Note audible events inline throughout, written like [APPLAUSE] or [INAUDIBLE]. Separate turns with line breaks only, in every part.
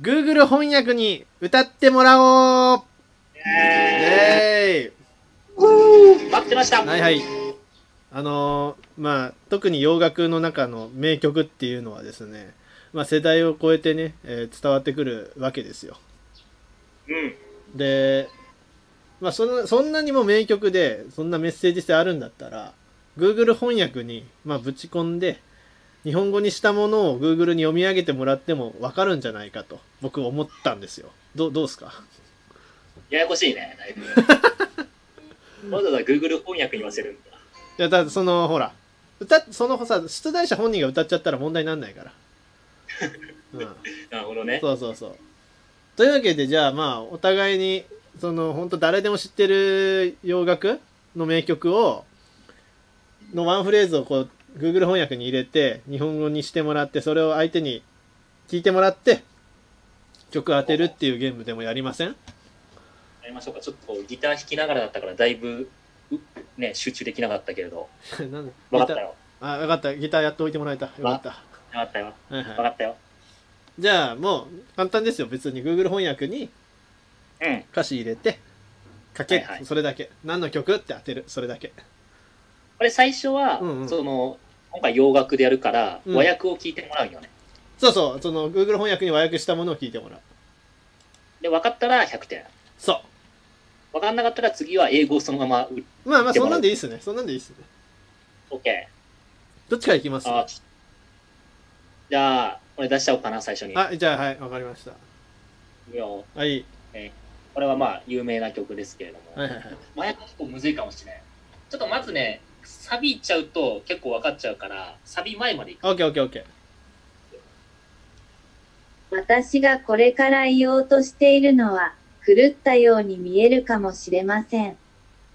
Google 翻訳に歌ってもらおうイエ
えー、待ってました。
ーイはいはい。あのーまあ、特に洋楽の中の名曲っていうのはですね、まあ、世代を超えてね、えー伝わってくるわけですよ。
うん。
で、まあ、そのそんなにも名曲でそんなメッセージ性あるんだったら Google 翻訳に、まあ、ぶち込んで日本語にしたものを Google に読み上げてもらっても分かるんじゃないかと僕思ったんですよどうどうですか
ややこしいね、だい
[LAUGHS]
ぶ。わざわざ Google 翻訳に忘れるんだ。
いやだそのほら歌そのさ出題者本人が歌っちゃったら問題になんない
[LAUGHS]
から、うん、
なるほどね。
そうそうそうというわけでじゃあまあお互いにその本当誰でも知ってる洋楽の名曲をのワンフレーズをこう Google 翻訳に入れて日本語にしてもらってそれを相手に聞いてもらって曲当てるっていうゲームでもやりません [LAUGHS]
やりましょうか。ちょっとギター弾きながらだったから、だいぶ、うね、集中できなかったけれど。
なんで
わ
ギ
か
タ
った
ー
よ。
あ分かったギターやっておいてもらえたよかった、
わかったよ。
はい
わ
は
か
い、
ったよ。
じゃあもう簡単ですよ別に Google 翻訳に
うん。
歌詞入れてかけ、
はいはい
それだけ何の曲って当てるそれだけ
これ最初は、
うんうん
その、今回洋楽でやるから、
うん
和訳を聞いてもらうよね。
そうそう、その Google 翻訳に和訳したものを聞いてもらう。
で、分かったら100点。
そ
分かんなかったら次は英語をそのまま打
う。まあまあ、
でも
そんなんでいいっすね。そんなんでいいっすね。
OK。
どっちからいきます
あ
あ、
じゃあ、これ出しちゃおうかな、最初に。
じゃあはい、わかりました。
いいよ
はい。
これはまあ、有名な曲ですけれども。
はいはいはい。
麻薬結構むずいかもしれない。ちょっとまずね、サビいっちゃうと結構分かっちゃうから、サビ前までいく。
オッケーオッケーオッケー。
私がこれから言おうとしているのは、狂ったように見えるかもしれません。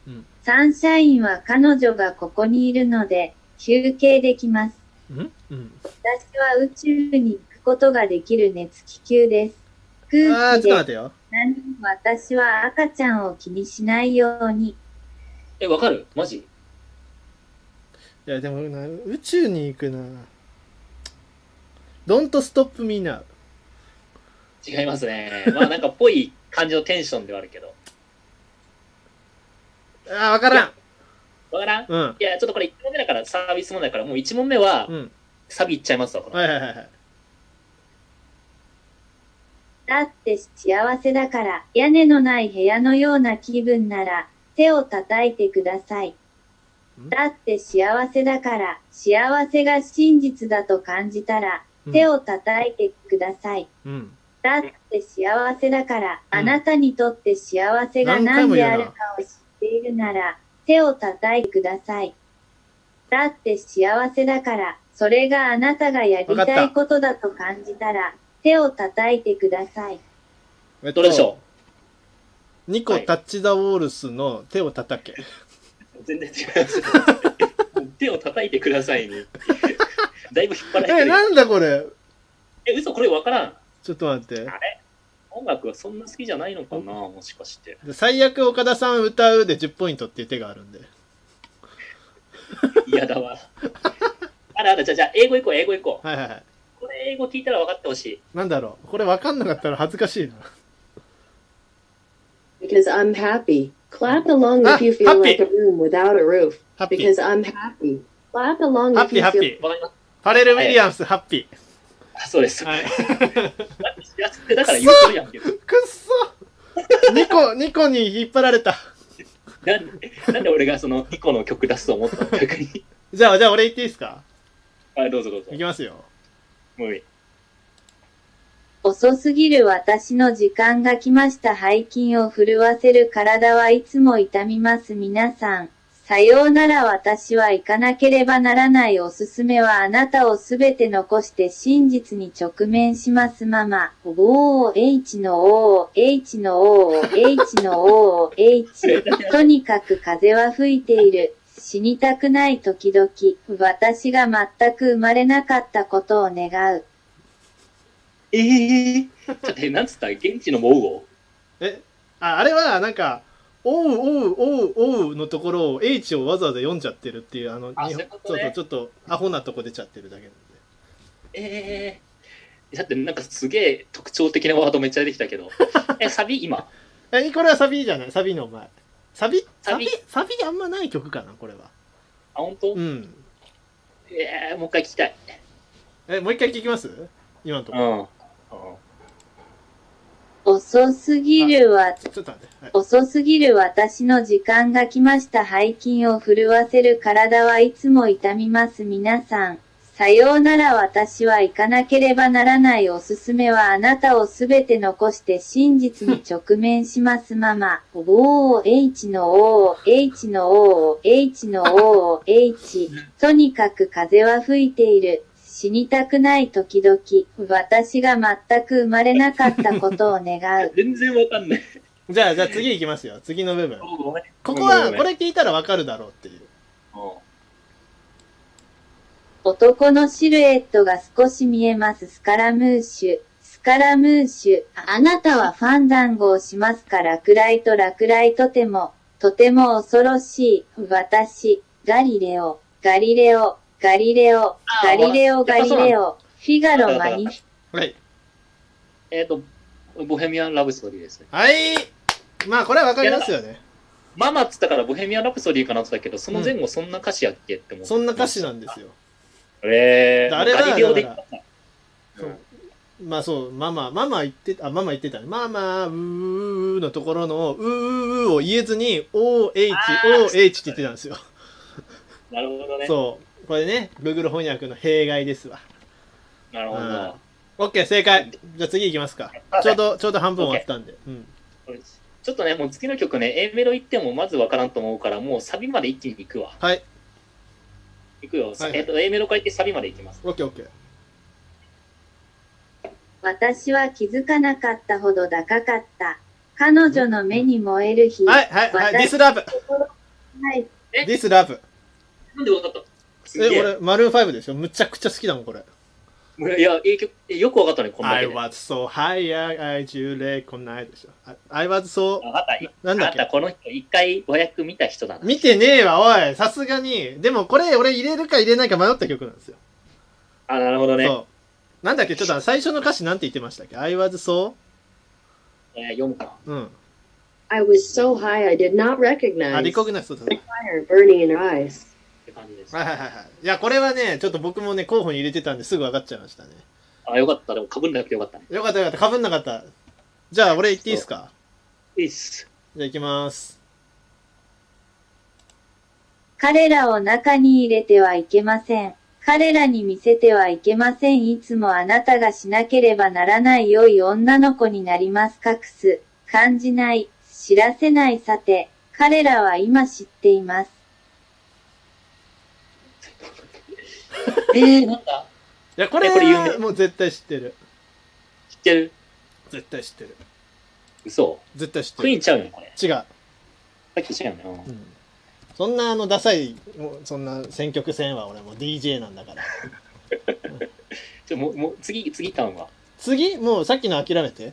うん
サンシャインは彼女がここにいるので、休憩できます。
うんうん。
私は宇宙に行くことができる熱気球です。
あ
空
ー、ちょっ
気
と待っ
で
てよ。
何も私は赤ちゃんを気にしないように。
え、分かるマジ
いや、でもな、宇宙に行くな。Don't stop me now.
違います [LAUGHS] ね。まあなんかぽい感じのテンションではあるけど。
あー、わからん。
わからん
うん。
いや、ちょっとこれ1問目だからサービス問題だから、もう1問目は
うん。
サビいっちゃいますわ、これ
はいはいはいはい。
だって幸せだから、屋根のない部屋のような気分なら、手を叩いてください
ん。
だって幸せだから、幸せが真実だと感じたら、
うん
手を叩いてください。
うん。
だって幸せだか
う
ら、
ん
あなたにとって幸せが
何回
何
も言うな
であるかを知っているなら、手を叩いてください。だって幸せだから、それがあなたがやり
わかったた
いことだと感じたら、手を叩いてください。
えっ
どれでしょ
うニコ
はい
タッチ・ザ・ウォールスの手を叩け。
全然違います。 [LAUGHS] 手を叩いてください [LAUGHS] に。だいぶ引っ張られ
え、
てる。
なんだこれ。
え、嘘これ分からん。
ちょっと待って。
音楽はそんな好きじゃないのかなもしかして。
で最悪岡田さん歌うで10ポイントっていう手があるんで。
嫌だ [LAUGHS] わ。あらあら、じゃあ、じゃあ、英語行こう、英語行こ
はいはいはい。
う。これ英語聞いたら分かってほしい。
なんだろう。これ分かんなかったら恥ずかしいな。
Because I'm happy. Clap along
Ah,
if you feel
happy.
like a room without a roof.
ハッピー。
Because I'm happy. Clap along
ハ
if
ッピー
you
ハッ
feel
ピー。
わかります
ファレル・ウィリアムス、ハッピ
あ、そうです。
ー。
だ
はい。
って幸せだから言うとるやんけど。
くっそニコ、ニコに引っ張られた。
なんで、なんで俺がその、ニコの曲出すと思ったの逆に。
じゃあ、じゃあ俺言っていいですか
[LAUGHS] あ、どうぞどうぞ
い。きますよ。
もういい。
遅すぎる私の時間が来ました背筋を震わせる体はいつも痛みます皆さん。さようなら私は行かなければならないおすすめはあなたをすべて残して真実に直面しますママ。おー、H の O、H の O、H の O、H。とにかく風は吹いている。死にたくない時々。私が全く生まれなかったことを願う。
ええー。ちょっと、え、なんつった現地のモウゴ
え、あ、あれは、なんか、おうおうおうおうのところを H をわざわざ読んじゃってるっていう、あの、
あ
日
そうい
本
うことね
ちょっと、ちょっと、アホなとこ出ちゃってるだけなんで。
ええー。だってなんかすげえ特徴的なワードめっちゃ出てきた [LAUGHS] けど。え、サビ今。
え、これはサビじゃないサビの前。サビサ
サ
ビ
ビ
サビあんまない曲かなこれは。
あ、本当？
うん。
えー、もう一回聞きたい。
え、もう一回聞きます今のとこ
ん。うん
遅すぎるわ。
ろ。ちょっと待って。はい
遅すぎる私の時間が来ました背筋を震わせる体はいつも痛みます皆さん。さようなら私は行かなければならないおすすめはあなたをすべて残して真実に直面しますママ。おー、H の O、H の O、H の O、H。とにかく風は吹いている。死にたくない時々、私が全く生まれなかったことを願う。
全然わかんない。
じゃあ、じゃあ次行きますよ。次の部分。
ごめん
ここは、
ごめん
これ聞いたらわかるだろうっていう。
男のシルエットが少し見えますスカラムーシュ。スカラムーシュ、あなたはファンダンゴをしますか落雷と落雷とても、とても恐ろしい、私、ガリレオ、ガリレオ、ガリレオ、
あ
ガリレオ、
ほら
ガ
やっぱ
リ
そうなの
レオ、フィガロマニフ
はい。
えっ、と、ボヘミアン・ラブストーリーですね。
はい。まあ、これはわかりますよね。
ママっつったからボヘミアン・ラブストーリーかなってたけど、その前後そんな歌詞やっけって思う。
そんな歌詞なんですよ。
えー、
あれは
ガリレオで言ったか
そうまあそう、ママ、ママ言って、あ、ママ言ってたね。ママ、うーうーのところの、うーうーを言えずに、o, h,
あ
o,
ー
h って言ってたんですよ。
なるほどね。
そう。これね、Google 翻訳の弊害ですわ。
なるほど。
OK、正解。じゃあ次行きますか。ちょうど、ちょうど半分終わったんで。うん。
ちょっとね、もう次の曲ね、A メロ行ってもまずわからんと思うから、もうサビまで一気に行くわ。
はい。
行くよ。
はいはい
えっ、と、A メロから行ってサビまで行きます。
OK、OK。
私は気づかなかったほど高かった。彼女の目に燃える日。
はい、はい、はい。ディスラブ。
はい
ディスラブ。
なんでわかったすげ
え、
え
俺、マルーン5でしょむちゃくちゃ好きだもん、これ。
いや、いい曲えよくわかったね、こんだ
I
けで。
was so high, I do like on night でしょ。I- I was so
あなた、
ななんだっ
あ
け
なたこの人、一回和訳見た人だな。
見てねえわ、おい。さすがに。でもこれ、俺入れるか入れないか迷った曲なんですよ。
あ、なるほどね。
そう。なんだっけちょっと最初の歌詞なんて言ってましたっけ ?I was so?
えー読むか。
うん。
I was so high I did not
あ、リ
recognize
コグナスとはい
fire burning in her eyes. [LAUGHS]
って感じです。
はいはいはい。いや、これはね、ちょっと僕もね、候補に入れてたんですぐ分かっちゃいましたね。
あ、よかった。でも、かぶんなくてよかったね。
よかったよかった。被んなかった。じゃあ、俺言っていいですか
いいっす。
じゃあ行きます。
彼らを中に入れてはいけません。彼らに見せてはいけません。いつもあなたがしなければならない良い女の子になります。隠す。感じない。知らせない。さて、彼らは今知っています。
えー、なんだ
いや、これ
えこれ有名
はもう絶対知ってる。
知ってる
絶対知ってる。
嘘。
絶対知って
クイー
る
ン。ちゃうね、これ。
違う。
さっき違うね。うん
うんそんなあのダサいもうそんな選曲せんわ俺もう DJ なんだから
ちょ、もう、もう、次、次ターンは。
次もうさっきの諦めて
い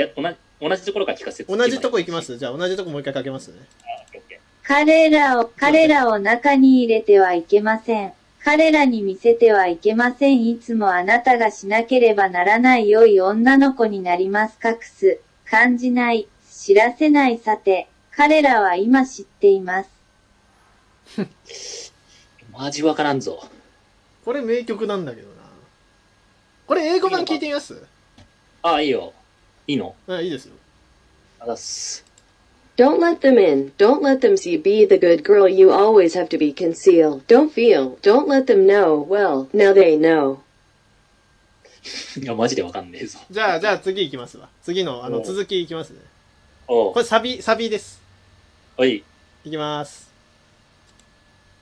や、同じ、同じところから聞かせて。
同じとこ行きますじゃあ同じとこもう一回かけますね
あ。オッケ
彼らを、彼らを中に入れてはいけません。彼らに見せてはいけません。いつもあなたがしなければならない良い女の子になります。隠す。感じない。知らせない。さて、彼らは今知っています。
ーマジわからんぞ。
これ名曲なんだけどなこれ英語版聞いてみます
あ、いいよ。いいの
あいいですよ
あざっす。 [LAUGHS]
Don't let them in. Don't let them see. Be the good girl you always have to be. Conceal. Don't feel. Don't let them know. Well, now they know.
いや、マジでわかんねえぞ。
じゃあじゃあ次行きますわ次のあの
おう
続き行きますね
おう
こ。れサビサビです
おい。
行きます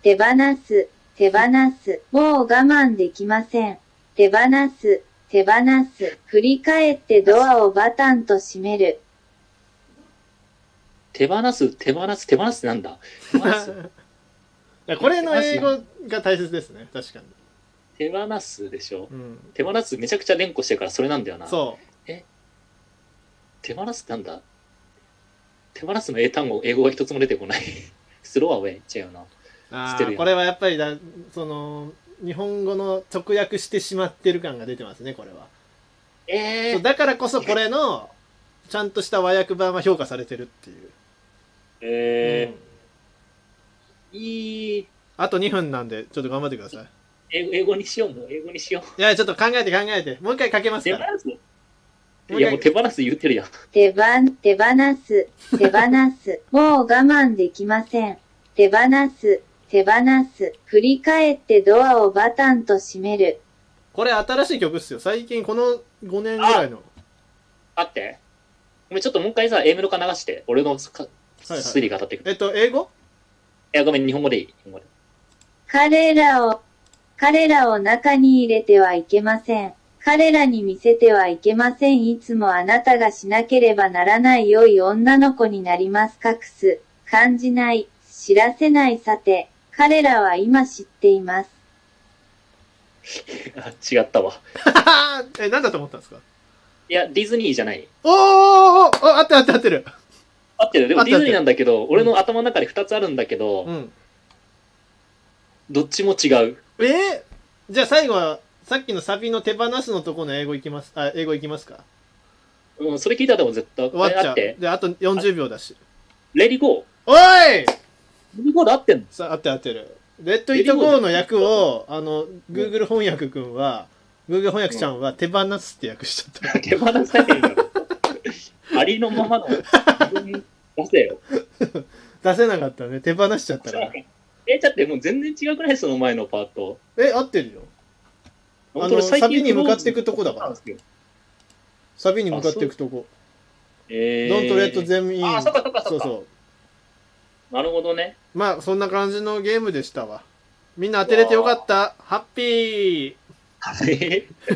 手放す、手放す、もう我慢できません。手放す、手放す、振り返ってドアをバタンと閉める。
手放す、手放す、手放すってなんだ手放す、 [LAUGHS]
いやこれの英語が大切ですね確かに、
手放すでしょ
うん、
手放すめちゃくちゃ連呼してるからそれなんだよな。
そ
手放すってなんだ手放すの英単語、英語が一 [LAUGHS] つも出てこない。スローアウェイ違うな。
うあ
知ってる
ー
よ
これはやっぱりだその日本語の直訳してしまってる感が出てますねこれは
え
そう
ー、
だからこそこれのちゃんとした和訳版は評価されてるっていう、
え
うん
ー、いい
あと2分なんでちょっと頑張ってください
英語。英語にしようもう、英語にしよう。
いやちょっと考えて考えてもう一回かけます
手
か
放
ら
すいや、もう手放す言ってるやん。
手ば、手放す、手放す。もう我慢できません。手放す、手放す。振り返ってドアをバタンと閉める。
これ新しい曲っすよ最近この5年ぐらいの
あって。ごめん、ちょっともう一回さ、A メロか流して、俺のか
はい
推理が当たってくる。
えっと英語 [LAUGHS]
いや、ごめん、日 [LAUGHS] 本語でいい。日本語で
彼らを、彼らを中に入れてはいけません。彼らに見せてはいけません。いつもあなたがしなければならない良い女の子になります。隠す、感じない、知らせない。さて、彼らは今知っています。
あ違ったわ。
え何だと思ったんですか
いや、ディズニーじゃない。
おーおーおーお合ってる合ってる合ってる
合ってる。で
合
も
って
デ
る
ィズニーなんだけど、俺の頭の中で2つあるんだけど、
うん
どっちも違う。
えーじゃあ最後はさっきのサビの手放すのとこの英語いきますあ英語いきますか
うん、それ聞いたらでも絶対。
終わっちゃ
あっ
う
て。
であと40秒だし
レディゴー。
おい
レディゴーで合ってんの
さあ合ってる合ってるレッド・イット・ゴーの役をあの Google 翻訳くんは Google 翻訳ちゃんは手放すって訳しちゃっ
手放さへんよ。
[LAUGHS]
ありのままの自分出せよ。 [LAUGHS]
た出せなかったね手放しちゃったから
え、だってもう全然違くないその前のパート。
え合ってるよあのサビに向かっていくとこだから
ら。
サビに向かっていくとこ「
えー、
Don't let them in」
あそっかそっかそっか
そう
なるほどね。
まあそんな感じのゲームでしたわみんな当てれてよかったハッピー
はい